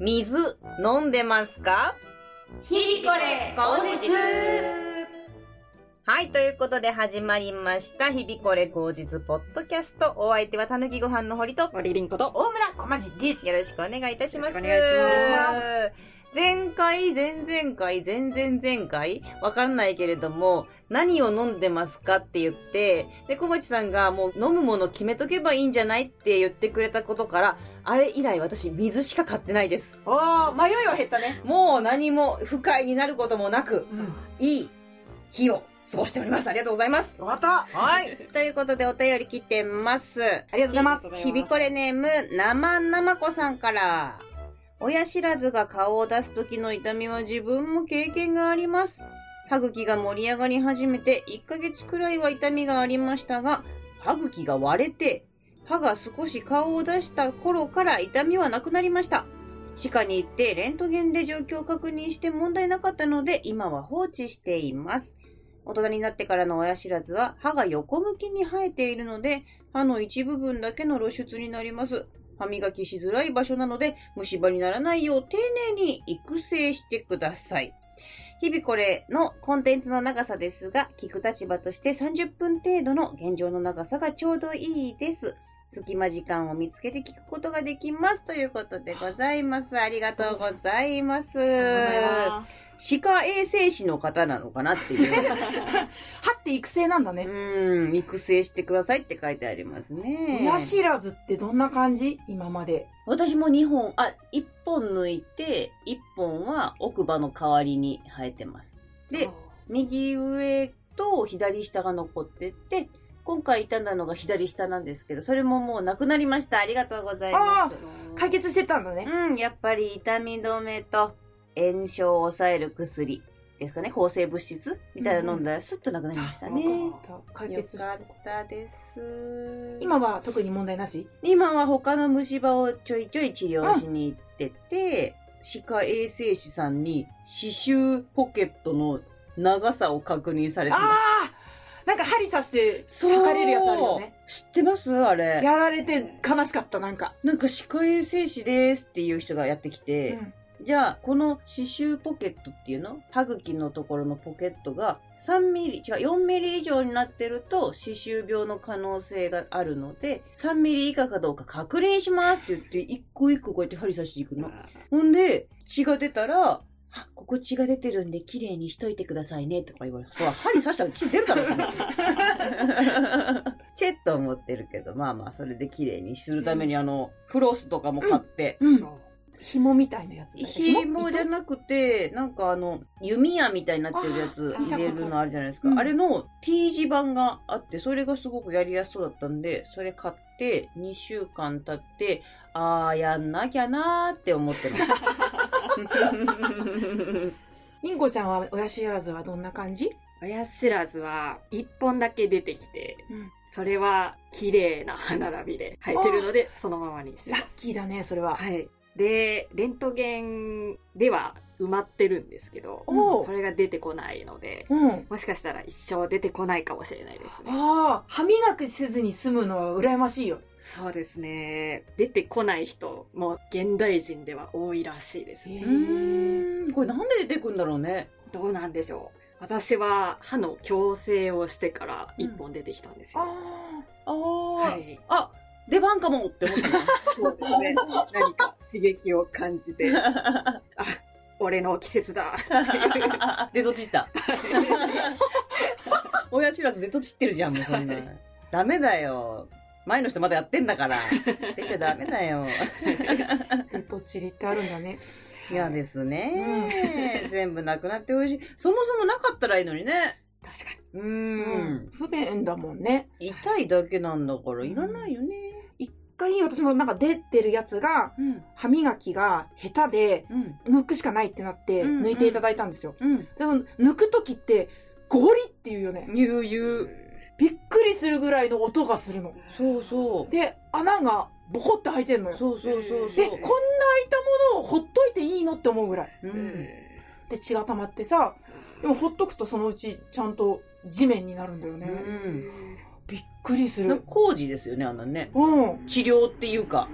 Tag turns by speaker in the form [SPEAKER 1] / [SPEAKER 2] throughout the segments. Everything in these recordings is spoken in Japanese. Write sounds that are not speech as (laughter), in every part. [SPEAKER 1] 水飲んでますか
[SPEAKER 2] 日々これ口実
[SPEAKER 1] はい、ということで始まりました。日々これ口実ポッドキャスト。お相手はたぬきご飯の堀と、
[SPEAKER 3] リリンこと
[SPEAKER 2] 大村こまじです
[SPEAKER 1] よろしくお願いいたします。。
[SPEAKER 3] よろしくお願いします
[SPEAKER 1] 前回、前々回、前々前回、わからないけれども、何を飲んでますかって言って、で、小町さんがもう飲むもの決めとけばいいんじゃないって言ってくれたことから、あれ以来私水しか買ってないです。
[SPEAKER 2] おー迷いは減ったね
[SPEAKER 1] もう何も不快になることもなく、
[SPEAKER 2] うん
[SPEAKER 1] いい日を過ごしております。ありがとうございます。
[SPEAKER 2] 終わったはい
[SPEAKER 1] ということでお便り来てます。
[SPEAKER 2] ありがとうございます
[SPEAKER 1] ひびこれネーム、生生子さんから。親知らずが顔を出す時の痛みは自分も経験があります。歯茎が盛り上がり始めて1ヶ月くらいは痛みがありましたが、歯茎が割れて、歯が少し顔を出した頃から痛みはなくなりました。歯科に行ってレントゲンで状況を確認して問題なかったので今は放置しています。大人になってからの親知らずは歯が横向きに生えているので歯の一部分だけの露出になります。歯磨きしづらい場所なので虫歯にならないよう丁寧に育成してください。日々これのコンテンツの長さですが、聞く立場として30分程度の現状の長さがちょうどいいです。隙間時間を見つけて聞くことができます。ということでございます。ありがとうございます。歯科衛生士の方なのかなっていう。
[SPEAKER 2] 歯って育成なんだね
[SPEAKER 1] うん、育成してくださいって書いてありますね。
[SPEAKER 2] 親知らずってどんな感じ今まで
[SPEAKER 1] 私も2本、あ、1本抜いて、1本は奥歯の代わりに生えてます。で、右上と左下が残ってて、今回傷んだのが左下なんですけど、それももうなくなりました。ありがとうございます。
[SPEAKER 2] 解決してたんだね
[SPEAKER 1] うん、やっぱり痛み止めと炎症を抑える薬ですかね、抗生物質みたいなの飲んだらスッとなくなりましたね。
[SPEAKER 3] うん
[SPEAKER 2] 解
[SPEAKER 1] よ
[SPEAKER 2] 決し
[SPEAKER 1] か
[SPEAKER 2] た
[SPEAKER 1] ったです。
[SPEAKER 2] 今は特に問題なし
[SPEAKER 1] 今は他の虫歯をちょいちょい治療しに行ってて、歯科衛生士さんに刺繍ポケットの長さを確認されてます。
[SPEAKER 2] ああなんか針刺して
[SPEAKER 1] そう
[SPEAKER 2] 測れるやつあるよね。
[SPEAKER 1] 知ってますあれ。
[SPEAKER 2] やられて悲しかったなんか、
[SPEAKER 1] なんか歯科衛生士ですっていう人がやってきて、じゃあこの刺繍ポケットっていうの歯茎のところのポケットが3ミリ違う4ミリ以上になってると歯周病の可能性があるので3ミリ以下かどうか確認しますって言って一個一個こうやって針刺していくの。ほんで、血が出たら、あここ血が出てるんで綺麗にしといてくださいねとか言われて、そら針刺したら血出るだろうと
[SPEAKER 2] (laughs)
[SPEAKER 1] 思ってチェッと思ってるけど、まあまあ、それで綺麗にするために、あの、フロスとかも買って、
[SPEAKER 2] うんうん、紐みたいなやつ
[SPEAKER 1] 紐じゃなくて、なんかあの、弓矢みたいになってるやつ
[SPEAKER 2] あー
[SPEAKER 1] 入れるのあるじゃないですか。
[SPEAKER 2] 見たことあるうん
[SPEAKER 1] あれの T 字盤があって、それがすごくやりやすそうだったんで、それ買って、2週間経って、あー、やんなきゃなーって思ってます。
[SPEAKER 2] インコちゃんは親知らずはどんな感じ
[SPEAKER 3] 親知らずは一本だけ出てきて、
[SPEAKER 2] うん
[SPEAKER 3] それは綺麗な歯並びで生えてるので、そのままにして
[SPEAKER 2] ラ
[SPEAKER 3] ま
[SPEAKER 2] ッ
[SPEAKER 3] す。
[SPEAKER 2] キーだねそれは、
[SPEAKER 3] はい。で、レントゲンでは埋まってるんですけど、
[SPEAKER 2] おー
[SPEAKER 3] それが出てこないので、
[SPEAKER 2] うん
[SPEAKER 3] もしかしたら一生出てこないかもしれないですね。
[SPEAKER 2] ああ歯磨きせずに済むのは羨ましいよ
[SPEAKER 3] そうですね。出てこない人も現代人では多いらしいです
[SPEAKER 2] へ
[SPEAKER 3] ね
[SPEAKER 1] う。ーんこれなんで出てくんだろうね。
[SPEAKER 3] どうなんでしょう。私は歯の矯正をしてから一本出てきたんですよ。
[SPEAKER 2] あ
[SPEAKER 1] ああ、
[SPEAKER 3] はい。
[SPEAKER 1] あ、出番かもって思った。
[SPEAKER 3] そうですね。何か刺激を感じて、あ、俺の季節だ。
[SPEAKER 1] (laughs) 出とちった。親知らず出とちってるじゃん、もうそんな。ダメだよ。前の人まだやってんだ (laughs) から。出ちゃダメだよ。
[SPEAKER 2] あえっとチリってあるんだね
[SPEAKER 1] いやですね。全部なくなってほしい。そもそもなかったらいいのにね。
[SPEAKER 3] 確かに。
[SPEAKER 1] う
[SPEAKER 2] う
[SPEAKER 1] ーん。
[SPEAKER 2] 不便だもんね
[SPEAKER 1] 痛いだけなんだから、いらないよね。
[SPEAKER 2] 一回私もなんか出てるやつが
[SPEAKER 1] うん。
[SPEAKER 2] 歯磨きが下手で
[SPEAKER 1] うん。
[SPEAKER 2] 抜くしかないってなって
[SPEAKER 1] うんうん
[SPEAKER 2] 抜いていただいたんですよ、
[SPEAKER 1] うん。
[SPEAKER 2] でも抜く時ってゴリっていうよね
[SPEAKER 1] 言う言う。
[SPEAKER 2] びっくりするぐらいの音がするの
[SPEAKER 1] そうそう。
[SPEAKER 2] で穴がボコって開いてんのよ
[SPEAKER 1] そうそうそう
[SPEAKER 2] え
[SPEAKER 1] そ
[SPEAKER 2] こん
[SPEAKER 1] う
[SPEAKER 2] な開い。たものをほっといていいのって思うぐらい
[SPEAKER 1] うん
[SPEAKER 2] で血が溜まってさでもほっとくとそのうちちゃんと地面になるんだよね、
[SPEAKER 1] うん
[SPEAKER 2] びっくりす
[SPEAKER 1] なん
[SPEAKER 2] る
[SPEAKER 1] か。工事ですよね、あんなね。
[SPEAKER 2] うん。うん。
[SPEAKER 1] 治療っていうか。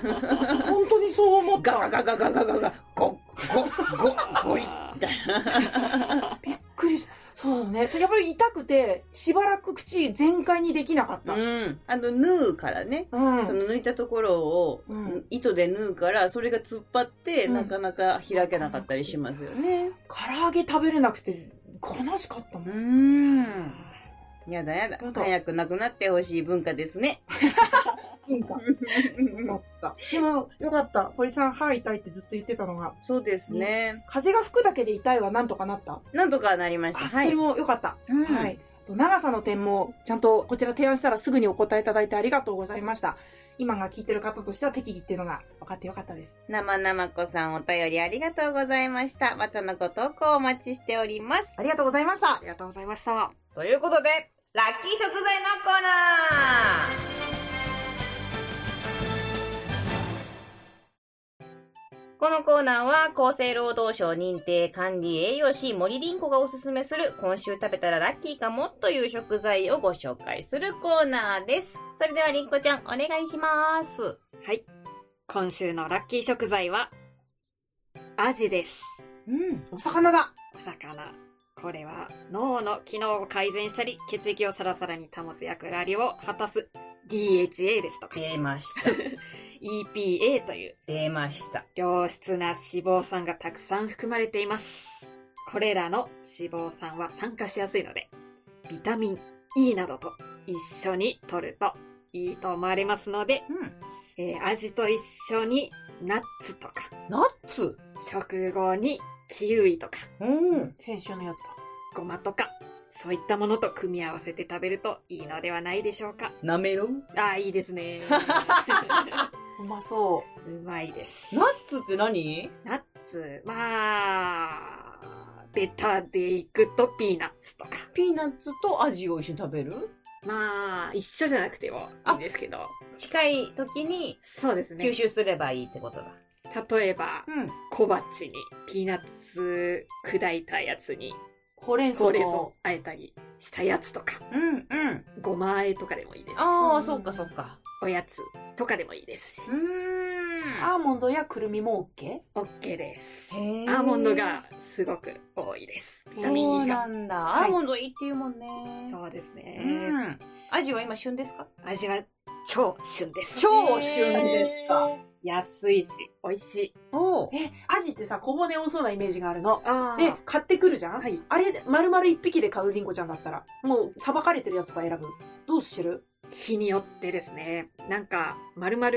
[SPEAKER 2] 本当にそう思っ
[SPEAKER 1] ガ
[SPEAKER 2] た。
[SPEAKER 1] ガ
[SPEAKER 2] びっ
[SPEAKER 1] ガガガガガ、ゴッ、ゴッ、ゴッ、ゴリッ、みたいな。
[SPEAKER 2] くりした。そうだね。やっぱり痛くて、しばらく口全開にできなかった。
[SPEAKER 1] うん。あの、縫うからね。
[SPEAKER 2] うん。
[SPEAKER 1] その抜いたところを
[SPEAKER 2] うん
[SPEAKER 1] 糸で縫うから、それが突っ張って、
[SPEAKER 2] うん
[SPEAKER 1] なかなか開けなかったりしますよね。
[SPEAKER 2] 唐揚げ食べれなくて、悲しかったもん。
[SPEAKER 1] うん。やだやだ
[SPEAKER 2] や。だ
[SPEAKER 1] 早くなくなってほしい文化です
[SPEAKER 2] (laughs)
[SPEAKER 1] ね。
[SPEAKER 2] うんか。思った。でも、よかった。堀さん、歯痛いってずっと言ってたのが、
[SPEAKER 1] そうですね。
[SPEAKER 2] 風が吹くだけで痛いはなんとかなった。
[SPEAKER 1] なんとかなりました。
[SPEAKER 2] あ
[SPEAKER 1] は
[SPEAKER 2] それ
[SPEAKER 1] い。
[SPEAKER 2] もよかった。
[SPEAKER 1] うん
[SPEAKER 2] はい。と長さの点も、ちゃんとこちら提案したらすぐにお答えいただいてありがとうございました。今が聞いてる方としては適宜っていうのが分かってよかったです。
[SPEAKER 1] 生々子さんお便りありがとうございました。またのご投稿お待ちしております。
[SPEAKER 2] ありがとうございました
[SPEAKER 3] あ。りがとうございました。
[SPEAKER 1] ということで、ラッキー食材のコーナーこのコーナーは厚生労働省認定管理栄養士森凛子がおすすめする今週食べたらラッキーかもという食材をご紹介するコーナーです。それでは凛子ちゃんお願いします。
[SPEAKER 3] はい。今週のラッキー食材は、アジです。
[SPEAKER 1] うん。
[SPEAKER 2] お魚だ。
[SPEAKER 3] お魚。これは脳の機能を改善したり、血液をサラサラに保つ役割を果たす DHA ですとか、
[SPEAKER 1] 出ました。
[SPEAKER 3] EPA という
[SPEAKER 1] 出ました。
[SPEAKER 3] 良質な脂肪酸がたくさん含まれています。これらの脂肪酸は酸化しやすいので、ビタミン E などと一緒に摂るといいと思われますので、
[SPEAKER 1] うん。
[SPEAKER 3] えー味と一緒にナッツとか、
[SPEAKER 1] ナッツ
[SPEAKER 3] 食後にキウイとか、
[SPEAKER 1] うん。
[SPEAKER 2] 先週のやつだ。
[SPEAKER 3] ごまとか、そういったものと組み合わせて食べるといいのではないでしょうか。
[SPEAKER 1] なめろ
[SPEAKER 3] ああ、いいで
[SPEAKER 1] (laughs)
[SPEAKER 3] すね。
[SPEAKER 2] うまそう
[SPEAKER 3] まいです。
[SPEAKER 1] ツって何
[SPEAKER 3] ナッツ、まあ、ベタでいくとピーナッツとか。
[SPEAKER 1] ピーナッツとアジを一緒に食べる
[SPEAKER 3] まあ、一緒じゃなくてもいいですけど。
[SPEAKER 1] 近い時に
[SPEAKER 3] そうですね
[SPEAKER 1] 吸。収すればいいってことだ。
[SPEAKER 3] 例えば、
[SPEAKER 1] うん。
[SPEAKER 3] 小鉢にピーナッツ砕いたやつに、
[SPEAKER 2] う。ほうれん草
[SPEAKER 3] ほうれん草
[SPEAKER 2] の。
[SPEAKER 3] あえたりしたやつとか、
[SPEAKER 1] うんうん。
[SPEAKER 3] ごまあえとかでもいいですし、
[SPEAKER 1] ああ、そうかそうか。
[SPEAKER 3] おやつとかでもいいですし
[SPEAKER 1] う、ーん。
[SPEAKER 2] アーモンドやくるみも OK?
[SPEAKER 3] OK です。
[SPEAKER 1] へー
[SPEAKER 3] アーモンドがすごく多いです。ビタミン E が。
[SPEAKER 2] ん
[SPEAKER 1] ア
[SPEAKER 2] だ
[SPEAKER 1] ーモンドいいって言うもんね。
[SPEAKER 3] そうですね。
[SPEAKER 1] うん。アジは今旬ですか
[SPEAKER 3] 味は超旬です。
[SPEAKER 1] 超旬ですか。
[SPEAKER 3] 安いし、美味しい。
[SPEAKER 1] おう
[SPEAKER 2] え、アジってさ、小骨多そうなイメージがあるの。
[SPEAKER 3] あ
[SPEAKER 2] で、買ってくるじゃん
[SPEAKER 3] はい。
[SPEAKER 2] あれ、丸々一匹で買うリンゴちゃんだったら、もう、さばかれてるやつとか選ぶ。どうしてる
[SPEAKER 3] 日によってですね、なんか、丸々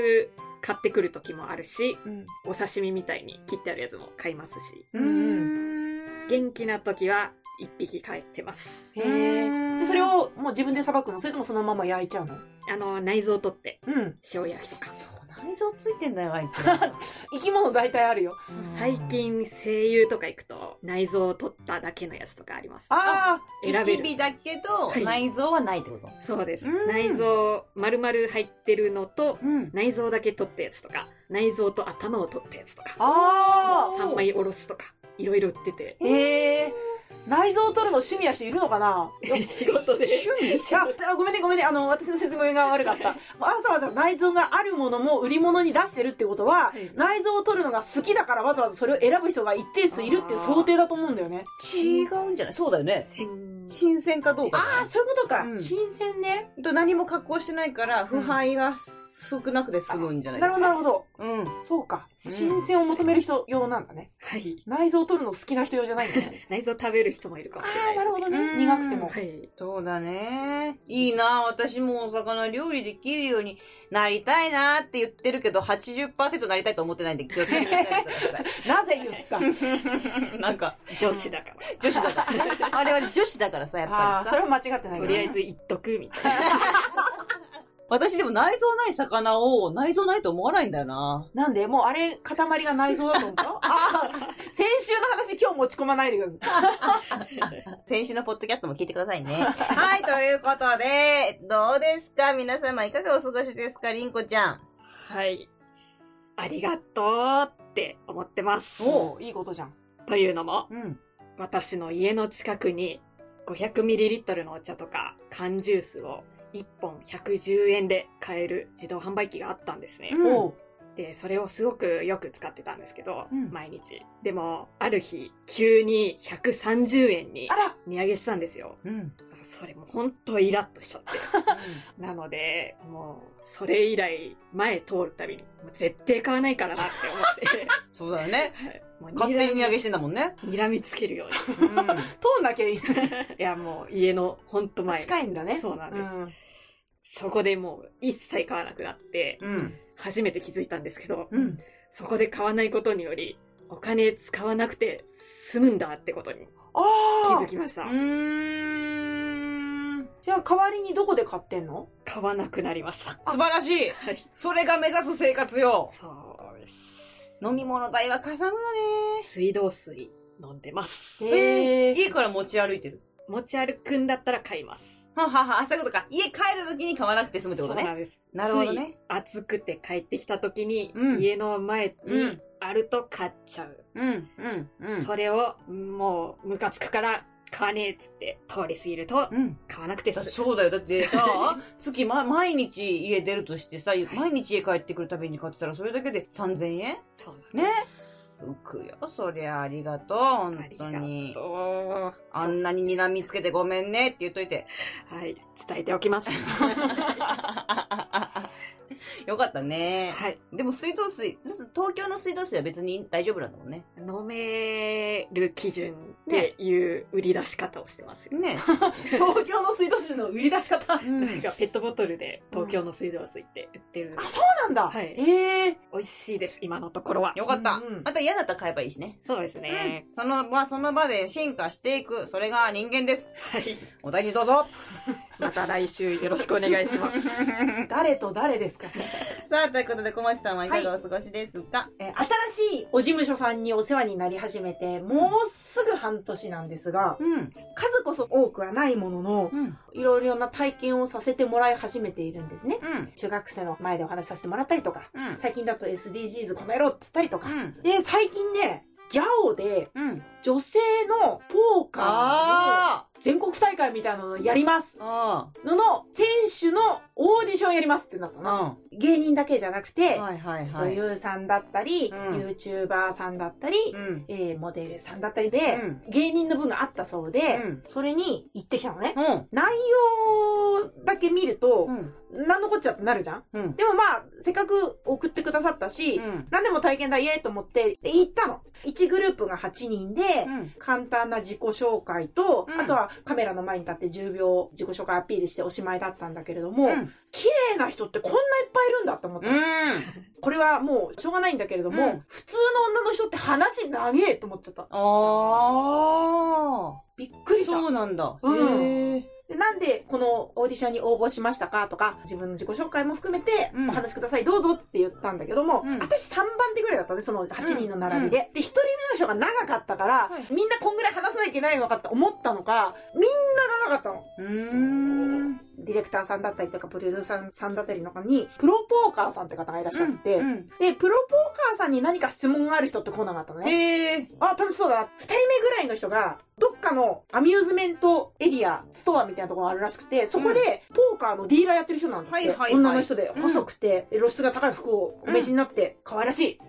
[SPEAKER 3] 買ってくる時もあるし、
[SPEAKER 2] うん。
[SPEAKER 3] お刺身みたいに切ってあるやつも買いますし、
[SPEAKER 1] うーん。
[SPEAKER 3] 元気な時は一匹買ってます。
[SPEAKER 2] へえ。でそれをもう自分でさばくのそれともそのまま焼いちゃうの
[SPEAKER 3] あの、内臓を取って、
[SPEAKER 2] うん。
[SPEAKER 3] 塩焼きとか。
[SPEAKER 1] そう、内臓ついてんだよ、あいつ (laughs) ら。
[SPEAKER 2] 生き物大体あるよ。
[SPEAKER 3] 最近、声優とか行くと、内臓を取っただけのやつとかあります。
[SPEAKER 2] あ
[SPEAKER 1] 選
[SPEAKER 3] 選べ
[SPEAKER 1] べ
[SPEAKER 3] る。
[SPEAKER 1] だけど、
[SPEAKER 3] はい
[SPEAKER 1] 内臓はないってこと。
[SPEAKER 3] そうです。
[SPEAKER 1] うん
[SPEAKER 3] 内臓、丸々入ってるのと、
[SPEAKER 1] うん。
[SPEAKER 3] 内臓だけ取ったやつとか、内臓と頭を取ったやつとか、
[SPEAKER 2] ああ
[SPEAKER 3] 三枚おろしとか、いろいろ売ってて、
[SPEAKER 2] ーへえ。内臓を取るの趣味な人いるのかな
[SPEAKER 3] 仕事
[SPEAKER 1] 趣
[SPEAKER 3] で。
[SPEAKER 2] いやあごめんねごめんねあの私の説明が悪かったわざわざ内臓があるものも売り物に出してるってこと (laughs) は
[SPEAKER 3] はい
[SPEAKER 2] 内臓を取るのが好き味だからわざわざそれを選ぶ人が一定数いるっていう想定だと思うんだよね
[SPEAKER 1] 違うんじゃないそうだよね。新鮮かどうか。
[SPEAKER 2] ああそういうことか、
[SPEAKER 1] うん
[SPEAKER 2] 新鮮ね
[SPEAKER 1] と何も加工してないから腐敗が少なくて済むんじゃない
[SPEAKER 2] な
[SPEAKER 1] で
[SPEAKER 2] る
[SPEAKER 1] す
[SPEAKER 2] ほ
[SPEAKER 1] か。
[SPEAKER 2] どなるほど
[SPEAKER 1] うん。
[SPEAKER 2] そうか
[SPEAKER 1] うん
[SPEAKER 2] 新鮮を求める人用なんだね
[SPEAKER 3] はい。
[SPEAKER 2] 内臓を取るの好きな人用じゃないんだね
[SPEAKER 3] 内臓食べる人もいるかもしれ
[SPEAKER 2] あ
[SPEAKER 3] な
[SPEAKER 2] あ
[SPEAKER 3] い
[SPEAKER 2] な
[SPEAKER 3] で
[SPEAKER 2] るほどね
[SPEAKER 1] うん
[SPEAKER 2] 苦くても
[SPEAKER 3] す。はい。
[SPEAKER 1] そうだね。いいな。私もお魚料理できるようになりたいなって言ってるけど、80%なりたいと思ってないんで気をつけてくだ
[SPEAKER 2] なぜ
[SPEAKER 3] (laughs)
[SPEAKER 2] 言った
[SPEAKER 1] さい。
[SPEAKER 2] (laughs)
[SPEAKER 1] なんか、
[SPEAKER 3] 女子だか
[SPEAKER 1] 女子だから。我々女子だからさ、やっ
[SPEAKER 2] あ
[SPEAKER 1] ぱ
[SPEAKER 2] あ
[SPEAKER 1] り
[SPEAKER 2] そ
[SPEAKER 1] さ。
[SPEAKER 2] れは間違って
[SPEAKER 3] ら、
[SPEAKER 2] ない
[SPEAKER 3] と
[SPEAKER 2] な
[SPEAKER 3] りあえず言っとくみたいな。
[SPEAKER 1] (laughs) 私でも内臓ない魚を内臓ないと思わないんだよな。
[SPEAKER 2] なんでもうあれ塊が内臓だと
[SPEAKER 3] (laughs)
[SPEAKER 2] 思ったああ先週の話今日持ち込まないでください
[SPEAKER 1] 先週のポッドキャストも聞いてください (laughs) ね。はい、ということで、どうですか皆様いかがお過ごしですかりんこちゃん。
[SPEAKER 3] はい。ありがとうって思ってます。
[SPEAKER 2] おういいことじゃん。
[SPEAKER 3] というのも、
[SPEAKER 1] うん。
[SPEAKER 3] 私の家の近くに 500ml のお茶とか缶ジュースを1本110円で買える自動販売機があったんですね。
[SPEAKER 1] うん
[SPEAKER 2] おう
[SPEAKER 3] で、それをすごくよく使ってたんですけど、
[SPEAKER 2] うん
[SPEAKER 3] 毎日。でも、ある日、急に130円に
[SPEAKER 2] あら
[SPEAKER 3] 値上げしたんですよ。
[SPEAKER 1] うん。
[SPEAKER 3] それもうほんとイラッとしちゃって。なので、もう、それ以来、前通るたびに、もう絶対買わないからなって思って。
[SPEAKER 1] (laughs) そうだよね。
[SPEAKER 3] はいもう。
[SPEAKER 1] 勝手に値上げしててんだもんね。
[SPEAKER 3] 睨みつけるよう
[SPEAKER 1] うん。
[SPEAKER 2] 通んなきゃいい。
[SPEAKER 3] に。いや、もう家のほんと前。
[SPEAKER 2] 近いんだね。
[SPEAKER 3] そうなんです。
[SPEAKER 2] ん
[SPEAKER 3] そこでもう一切買わなくなって、
[SPEAKER 1] うん。
[SPEAKER 3] 初めて気づいたんですけど、
[SPEAKER 1] うん。
[SPEAKER 3] そこで買わないことにより、お金使わなくて済むんだってことに
[SPEAKER 2] あ
[SPEAKER 3] 気
[SPEAKER 2] あ
[SPEAKER 3] づきました。
[SPEAKER 1] うん。
[SPEAKER 2] じゃあ代わりにどこで買って
[SPEAKER 3] (laughs)
[SPEAKER 2] んの
[SPEAKER 3] 買わなくなりました。
[SPEAKER 1] 素晴らしい。
[SPEAKER 3] はい。
[SPEAKER 1] それが目指す生活よ。
[SPEAKER 3] そうです。
[SPEAKER 1] 飲み物代はかさむよね。
[SPEAKER 3] 水道水飲んでます。
[SPEAKER 2] へえ。
[SPEAKER 1] 家から持ち歩いてる。
[SPEAKER 3] 持ち歩くんだったら買います。
[SPEAKER 1] ははは、そういうことか。家帰るときに買わなくて済むってこと
[SPEAKER 3] そうな
[SPEAKER 1] ね。
[SPEAKER 3] んです。
[SPEAKER 1] なるほどね。
[SPEAKER 3] つい暑くて帰ってきた時に、
[SPEAKER 1] うん
[SPEAKER 3] 家の前
[SPEAKER 1] う
[SPEAKER 3] に
[SPEAKER 1] ん
[SPEAKER 3] あると買っちゃう。
[SPEAKER 1] うん、うん、うん。
[SPEAKER 3] それを、もう、ムカつくから、買わねえっつって、通り過ぎると、
[SPEAKER 1] うん。
[SPEAKER 3] 買わなくて
[SPEAKER 1] だ
[SPEAKER 3] 済
[SPEAKER 1] っ
[SPEAKER 3] む
[SPEAKER 1] てそうだよ。だって
[SPEAKER 3] (laughs)
[SPEAKER 1] さ、月、ま、毎日家出るとしてさ、毎日家帰ってくるたびに買ってたらそれだけで3000円
[SPEAKER 3] そうなんです。
[SPEAKER 1] ね浮くよ。そりゃありがとう、本当
[SPEAKER 3] あり
[SPEAKER 1] に
[SPEAKER 3] が。と
[SPEAKER 1] あんなに睨みつけてごめんねって言っとい
[SPEAKER 3] (laughs)
[SPEAKER 1] て。
[SPEAKER 3] う。はい、伝えてお
[SPEAKER 1] (laughs)
[SPEAKER 3] きます。
[SPEAKER 1] よかったね。
[SPEAKER 3] はい。
[SPEAKER 1] でも水道水、東京の水道水は別に大丈夫なんだもんね。
[SPEAKER 3] 飲める基準っていう売り出し方をしてますよ。
[SPEAKER 1] ね。
[SPEAKER 2] 東京の水道水の売り出し方。あ、
[SPEAKER 1] うん
[SPEAKER 3] (laughs) なんかペットボトルで東京の水道水って売ってる。
[SPEAKER 2] そうなんだ。
[SPEAKER 3] はい
[SPEAKER 2] へえ。
[SPEAKER 3] 美味しいです、今のところは。
[SPEAKER 1] よかった
[SPEAKER 2] うんうん。
[SPEAKER 1] また嫌だったら買えばいいしね。
[SPEAKER 3] そうですね。
[SPEAKER 1] その場その場で進化していく、それが人間です。
[SPEAKER 3] はい。
[SPEAKER 1] お大事にどうぞ。
[SPEAKER 3] また来週よろしくお願い
[SPEAKER 1] (laughs)
[SPEAKER 3] します。
[SPEAKER 2] 誰と誰ですか
[SPEAKER 1] さあ、ということで、小町さんはいかがお過ごしですか、
[SPEAKER 2] えー新しいお事務所さんにお世話になり始めて、もうすぐ半年なんですが、
[SPEAKER 1] うん。
[SPEAKER 2] 数こそ多くはないものの、
[SPEAKER 1] うん。
[SPEAKER 2] いろいろな体験をさせてもらい始めているんですね。
[SPEAKER 1] うん。
[SPEAKER 2] 中学生の前でお話しさせてもらったりとか、
[SPEAKER 1] うん。
[SPEAKER 2] 最近だと SDGs この野郎っつったりとか。
[SPEAKER 1] うん。
[SPEAKER 2] で、最近ね、ギャオで
[SPEAKER 1] うん。
[SPEAKER 2] 女性のポーカ
[SPEAKER 1] ああ
[SPEAKER 2] ーの全国大会みたいなのをやります
[SPEAKER 1] あ
[SPEAKER 2] のの選手のオーディションやりますってなった
[SPEAKER 1] あ。
[SPEAKER 2] の。芸人だけじゃなくて、
[SPEAKER 1] はいはいは
[SPEAKER 2] 女
[SPEAKER 1] い。
[SPEAKER 2] 優さんだったり、
[SPEAKER 1] うん
[SPEAKER 2] YouTuber さんだったり、
[SPEAKER 1] うん。
[SPEAKER 2] えーモデルさんだったり
[SPEAKER 1] う
[SPEAKER 2] で、
[SPEAKER 1] ん。
[SPEAKER 2] 芸人の分があったそう
[SPEAKER 1] う
[SPEAKER 2] で、
[SPEAKER 1] ん。
[SPEAKER 2] それに行ってきたのね。
[SPEAKER 1] うん。
[SPEAKER 2] 内容だけ見ると
[SPEAKER 1] う、ん。
[SPEAKER 2] なんのこっちゃってなるじゃん
[SPEAKER 1] うん。
[SPEAKER 2] でもまあ、せっかく送ってくださったし、
[SPEAKER 1] うん。
[SPEAKER 2] 何でも体験だ、イエーと思って、で行ったの。1グループが8人で、簡単な自己紹介と、
[SPEAKER 1] うん
[SPEAKER 2] あとはカメラの前に立って10秒自己紹介アピールしておしまいだったんだけれども、
[SPEAKER 1] う
[SPEAKER 2] 綺
[SPEAKER 1] ん。
[SPEAKER 2] 麗な人ってこんないっぱいいるんだって思った。
[SPEAKER 1] うん。
[SPEAKER 2] これはもうしょうがないんだけれども、
[SPEAKER 1] うん
[SPEAKER 2] 普通の女の人って話長えと思っちゃった。
[SPEAKER 1] ああ。
[SPEAKER 2] びっくりした
[SPEAKER 1] そ。うなんだ。
[SPEAKER 2] うん
[SPEAKER 1] へえ。
[SPEAKER 2] でなんでこのオーディションに応募しましたかとか、自分の自己紹介も含めて
[SPEAKER 1] う、ん
[SPEAKER 2] お話しください、どうぞって言ったんだけども、
[SPEAKER 1] うん
[SPEAKER 2] 私3番手ぐらいだったね、その8人の並びで。で、1人目の人が長かったから、
[SPEAKER 1] はい
[SPEAKER 2] みんなこんぐらい話さなきゃいけないのかって思ったのか、みんな長かった
[SPEAKER 1] う
[SPEAKER 2] の。
[SPEAKER 1] ーん。
[SPEAKER 2] ディレクターさんだったりとか、プロデューサーさんだったりのかに、プロポーカーさんって方がいらっしゃって、
[SPEAKER 1] うん
[SPEAKER 2] で、プロポーカーさんに何か質問がある人って来なかったのね。
[SPEAKER 1] へえ。
[SPEAKER 2] あ、楽しそうだな。二人目ぐらいの人が、どっかのアミューズメントエリア、ストアみたいなところがあるらしくて、そこで、ポーカーのディーラーやってる人なんですって、
[SPEAKER 1] はいはいはい
[SPEAKER 2] 女の人で、
[SPEAKER 1] うん
[SPEAKER 2] 細くて、露出が高い服をお召しになって、可愛らしい。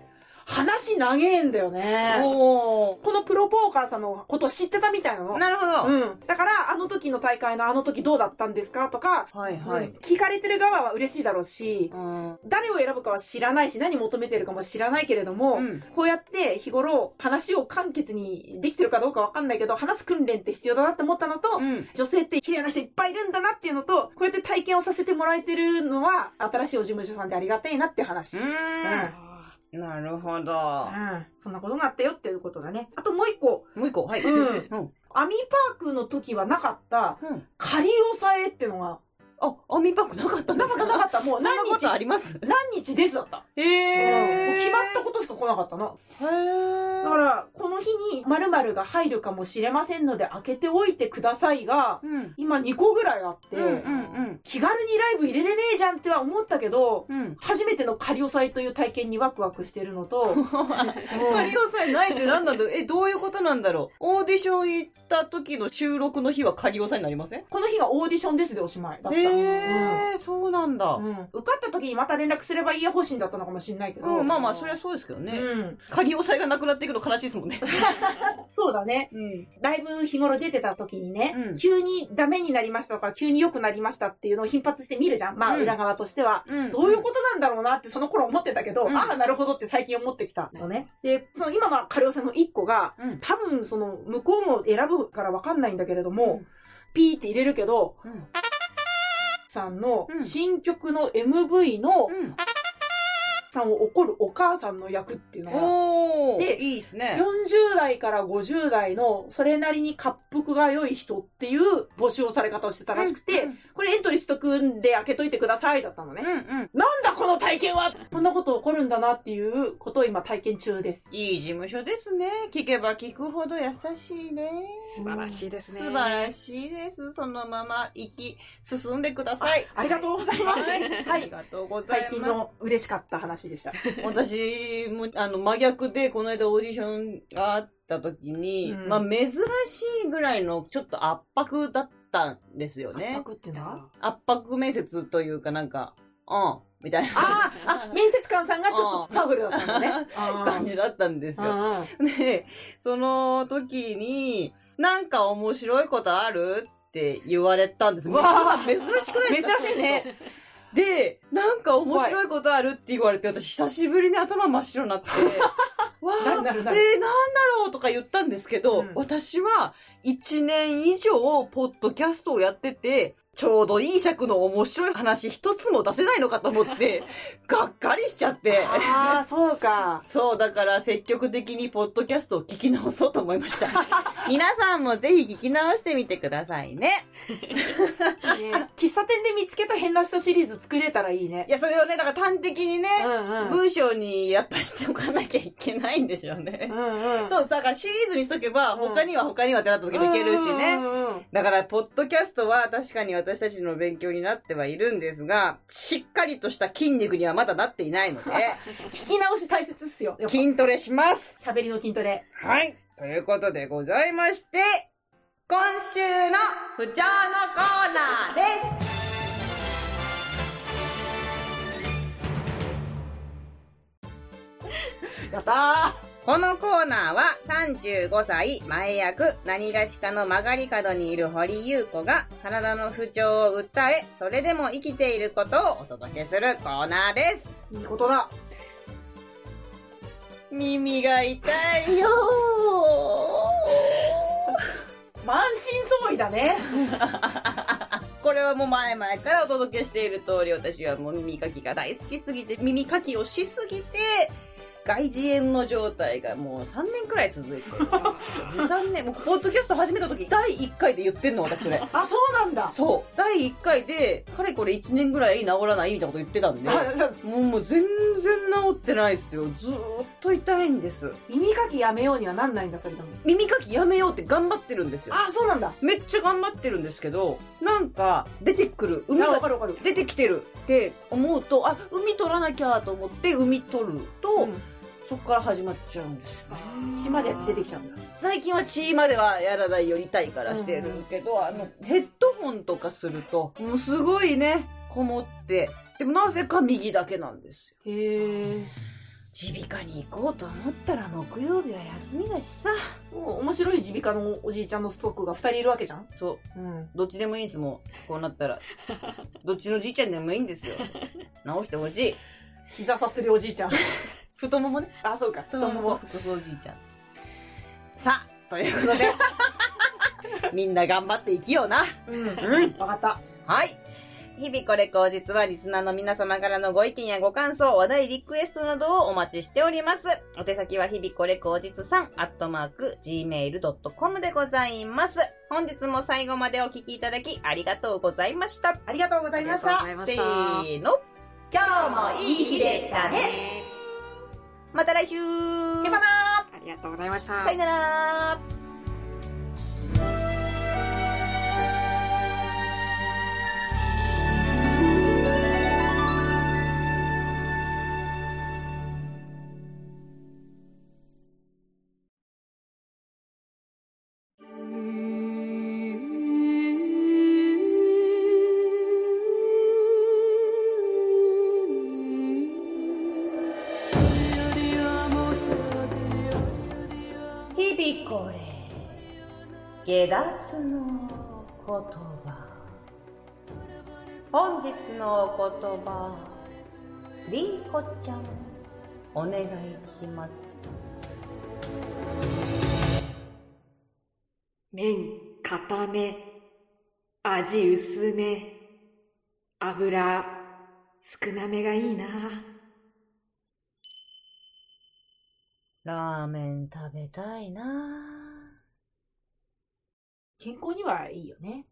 [SPEAKER 2] 話長えんだよね。
[SPEAKER 1] お
[SPEAKER 2] このプロポーカーさんのことを知ってたみたいな
[SPEAKER 1] お。
[SPEAKER 2] の。
[SPEAKER 1] なるほど。
[SPEAKER 2] うん。だから、あの時の大会のあの時どうだったんですかとか、
[SPEAKER 1] はいはい。
[SPEAKER 2] 聞かれてる側は嬉しいだろうし
[SPEAKER 1] う、ん。
[SPEAKER 2] 誰を選ぶかは知らないし、何求めてるかも知らないけれども、
[SPEAKER 1] うん。
[SPEAKER 2] こうやって日頃話を簡潔にできてるかどうかわかんないけど、話す訓練って必要だなって思ったのと、
[SPEAKER 1] うん。
[SPEAKER 2] 女性って綺麗な人いっぱいいるんだなっていうのと、こうやって体験をさせてもらえてるのは、新しいお事務所さんでありがたいなって話。うん。
[SPEAKER 3] あ
[SPEAKER 1] なるほど。
[SPEAKER 2] そんなことがあったよっていうことだね。あともう一個、
[SPEAKER 1] もう一個、はい。
[SPEAKER 2] うん
[SPEAKER 1] うん。
[SPEAKER 2] アミパークの時はなかった、
[SPEAKER 1] うん。
[SPEAKER 2] 仮押さえってのが、
[SPEAKER 1] あ、アミパックなかったんで
[SPEAKER 2] な
[SPEAKER 1] す
[SPEAKER 2] かっ
[SPEAKER 1] か
[SPEAKER 2] たなかった、
[SPEAKER 1] そ
[SPEAKER 2] もうん
[SPEAKER 1] な
[SPEAKER 2] 何
[SPEAKER 1] ことあ
[SPEAKER 2] 日、
[SPEAKER 1] ります
[SPEAKER 2] 何日ですだった。
[SPEAKER 1] へ
[SPEAKER 2] うんもう
[SPEAKER 1] え。
[SPEAKER 2] 決まったことしか来なかったの。
[SPEAKER 1] と。へ
[SPEAKER 2] だか
[SPEAKER 1] え。
[SPEAKER 2] ら、この日に〇〇が入るかもしれませんので、開けておいてくださいが、
[SPEAKER 1] うん。
[SPEAKER 2] 今2個ぐらいあって、
[SPEAKER 1] うんうん
[SPEAKER 2] 気軽にライブ入れれねえじゃんっては思ったけど、
[SPEAKER 1] うん。 (laughs) うん。
[SPEAKER 2] 初めての仮押さえという体験にワクワクしてるの
[SPEAKER 1] (laughs)
[SPEAKER 2] と、
[SPEAKER 1] マリオさえないって何なんだろうえ、どういうことなんだろうオーディション行った時の収録の日は仮押さえになりません
[SPEAKER 2] この日がオーディションですでおしまいだった。
[SPEAKER 1] へえ、そうなんだ。
[SPEAKER 2] うん、受かった時にまた連絡すればいいや方針だったのかもしれないけど、
[SPEAKER 1] うん、まあまあ、そりゃそうですけどね。
[SPEAKER 2] うん、
[SPEAKER 1] 仮押さえがなくなっていくの悲しいですもんね。
[SPEAKER 2] そうだね
[SPEAKER 1] うん。
[SPEAKER 2] だいぶ日頃出てた時にね、
[SPEAKER 1] うん
[SPEAKER 2] 急にダメになりましたとか急に良くなりましたっていうのを頻発して見るじゃんまあ
[SPEAKER 1] うん
[SPEAKER 2] 裏側としては、
[SPEAKER 1] うん。
[SPEAKER 2] どういうことなんだろうなってその頃思ってたけど、
[SPEAKER 1] うん
[SPEAKER 2] ああなるほどって最近思ってきたのね、でその今のカリオさんの一個が
[SPEAKER 1] うん。
[SPEAKER 2] 多分その向こうも選ぶから分かんないんだけれども、
[SPEAKER 1] うん
[SPEAKER 2] ピーって入れるけど
[SPEAKER 1] うん。
[SPEAKER 2] さんの
[SPEAKER 1] うん
[SPEAKER 2] 新曲の MV の
[SPEAKER 1] うん。
[SPEAKER 2] さんを怒るお母さんの役っていうのが
[SPEAKER 1] おー、
[SPEAKER 2] で
[SPEAKER 1] いいですね。
[SPEAKER 2] 40代から50代のそれなりに滑覆が良い人っていう募集をされ方をしてたらしくて、
[SPEAKER 1] うん
[SPEAKER 2] これエントリーしとくんで開けといてくださいだったのね。
[SPEAKER 1] うんうん。
[SPEAKER 2] なんだこの体験はそんなこと起こるんだなっていうことを今体験中です。
[SPEAKER 1] いい事務所ですね。聞けば聞くほど優しいね。
[SPEAKER 3] 素晴らしいですね。
[SPEAKER 1] 素晴ら
[SPEAKER 3] い。
[SPEAKER 1] しいです。そのまま行き、進んでください。
[SPEAKER 2] ありがとうございます。
[SPEAKER 1] はい。
[SPEAKER 2] は
[SPEAKER 1] (laughs) あり
[SPEAKER 2] い。
[SPEAKER 1] がとうござい
[SPEAKER 2] 最
[SPEAKER 1] ます。
[SPEAKER 2] 近の嬉しかった話でした。
[SPEAKER 1] 私も、あの、真逆で、この間オーディションがあった時に、
[SPEAKER 2] うん
[SPEAKER 1] まあ、珍しいぐらいの、ちょっと圧迫だったんですよね。
[SPEAKER 2] くっていうのは
[SPEAKER 1] 圧迫面接というかなんか、うん、みたいな
[SPEAKER 2] あーあ、面接官さんがちょっとパワフルだったのね。
[SPEAKER 1] (laughs) 感じだったんです
[SPEAKER 2] うん
[SPEAKER 1] よ。
[SPEAKER 2] うん
[SPEAKER 1] (laughs) で、その時に、なんか面白いことあるって言われたんです。
[SPEAKER 2] うわ
[SPEAKER 1] 珍しくないですか
[SPEAKER 2] 珍しいね。
[SPEAKER 1] で、なんか面白いことあるって言われて、私久しぶりに頭真っ白になって、 (laughs) わ
[SPEAKER 2] なる
[SPEAKER 1] あ、
[SPEAKER 2] なる
[SPEAKER 1] えー、なん
[SPEAKER 2] な
[SPEAKER 1] だ
[SPEAKER 2] る
[SPEAKER 1] ろうとか言ったんですけど、
[SPEAKER 2] うん
[SPEAKER 1] 私は1年以上ポッドキャストをやってて、ちょうどいい尺の面白い話一つも出せないのかと思って、がっかりしちゃ (laughs) って。
[SPEAKER 2] ああ、そうか。
[SPEAKER 1] そう、だから積極的にポッドキャストを聞き直そうと思いました。 (laughs) 皆さんもぜひ聞き直してみてくださいね。
[SPEAKER 2] いいね喫茶店で見つけた変な人シリーズ作れたらいいね
[SPEAKER 1] い。や、それをね、だから端的にね、
[SPEAKER 2] うんうん。
[SPEAKER 1] 文章にやっぱしておかなきゃいけないんでしょうね。
[SPEAKER 2] うんうん。
[SPEAKER 1] そう、だからシリーズにしとけば、
[SPEAKER 2] うん
[SPEAKER 1] 他には他にはってなった時もいけるし
[SPEAKER 2] う
[SPEAKER 1] ね。
[SPEAKER 2] んうんうん
[SPEAKER 1] だから、ポッドキャストは確かに私たちの勉強になってはいるんですが、しっかりとした筋肉にはまだなっていない (laughs) ので、
[SPEAKER 2] 聞き直し大切っすよ。やっぱ
[SPEAKER 1] 筋トレします
[SPEAKER 2] 喋りの筋トレ。
[SPEAKER 1] はい。ということでございまして、今週の不調のコーナーです。
[SPEAKER 2] やったー
[SPEAKER 1] このコーナーは35歳前役何がしかの曲がり角にいる堀優子が体の不調を訴え、それでも生きていることをお届けするコーナーです。
[SPEAKER 2] いいことだ。
[SPEAKER 1] 耳が痛いよ
[SPEAKER 2] 満身創痍だね。
[SPEAKER 1] これはもう前々からお届けしている通り、私はもう耳かきが大好きすぎて、耳かきをしすぎて、外耳炎の状態がもう3年くらい続いてる。2、3年、もうポッドキャスト始めた時、第1回で言ってんの、私それ。
[SPEAKER 2] あ、そうなんだ。
[SPEAKER 1] そう。第1回で、かれこれ1年くらい治らないみたいなこと言ってたんで、
[SPEAKER 2] あだ
[SPEAKER 1] もうもう全然治ってないですよ。ずーっと痛いんです。
[SPEAKER 2] 耳かきやめようにはなんないんだ、それでも。
[SPEAKER 1] 耳かきやめようって頑張ってるんですよ。
[SPEAKER 2] あ、そうなんだ。
[SPEAKER 1] めっちゃ頑張ってるんですけど、なんか出てくる、
[SPEAKER 2] あ
[SPEAKER 1] 海が
[SPEAKER 2] わかるわかる。
[SPEAKER 1] 出てきてるって思うとあ海取らなきゃと思って海取ると、
[SPEAKER 2] うん
[SPEAKER 1] そこから始まっちゃうんですよ
[SPEAKER 2] 島で出てきちゃうんだ。
[SPEAKER 1] 最近は血まではやらないより痛いからしてるけど、あのヘッドホンとかするともうすごいねこもってでもなぜか右だけなんですよ
[SPEAKER 2] へえ。
[SPEAKER 1] 耳鼻科に行こうと思ったら木曜日は休みだしさ
[SPEAKER 2] もう面白い耳鼻科のおじいちゃんのストックが二人いるわけじゃん。
[SPEAKER 1] そう
[SPEAKER 2] うん。
[SPEAKER 1] どっちでもいいんですもうこうなった (laughs) らどっちのじいちゃんでもいいんですよ直してほしい
[SPEAKER 2] 膝さするおじいちゃん。
[SPEAKER 1] 太ももね
[SPEAKER 2] (laughs) あ、そうか。
[SPEAKER 1] 太も
[SPEAKER 2] 太も
[SPEAKER 1] も
[SPEAKER 2] も。
[SPEAKER 1] 細そうじいちゃん。さあ、ということで、 (laughs) みんな頑張って生きような。
[SPEAKER 2] うん。
[SPEAKER 1] うん。
[SPEAKER 2] わかった。
[SPEAKER 1] はい。日々これ口実はリスナーの皆様からのご意見やご感想、話題、リクエストなどをお待ちしております。お手先は日々これ口実さん、アットマーク、gmail.com でございます。本日も最後までお聞きいただきありがとうございました。
[SPEAKER 2] ありがとうございまし
[SPEAKER 3] ありがとうございま
[SPEAKER 2] た
[SPEAKER 3] す。
[SPEAKER 1] せーの。今日もいい日でしたね。
[SPEAKER 3] ね。
[SPEAKER 1] また来週
[SPEAKER 2] けばな
[SPEAKER 3] ありがとうございました。
[SPEAKER 1] さよなら
[SPEAKER 2] ー
[SPEAKER 1] 下脱の言葉本日のお言葉りんこちゃんお願いします
[SPEAKER 3] 麺固め、味薄め、油少なめがいいな。
[SPEAKER 1] ラーメン食べたいな
[SPEAKER 2] 健康にはいいよね。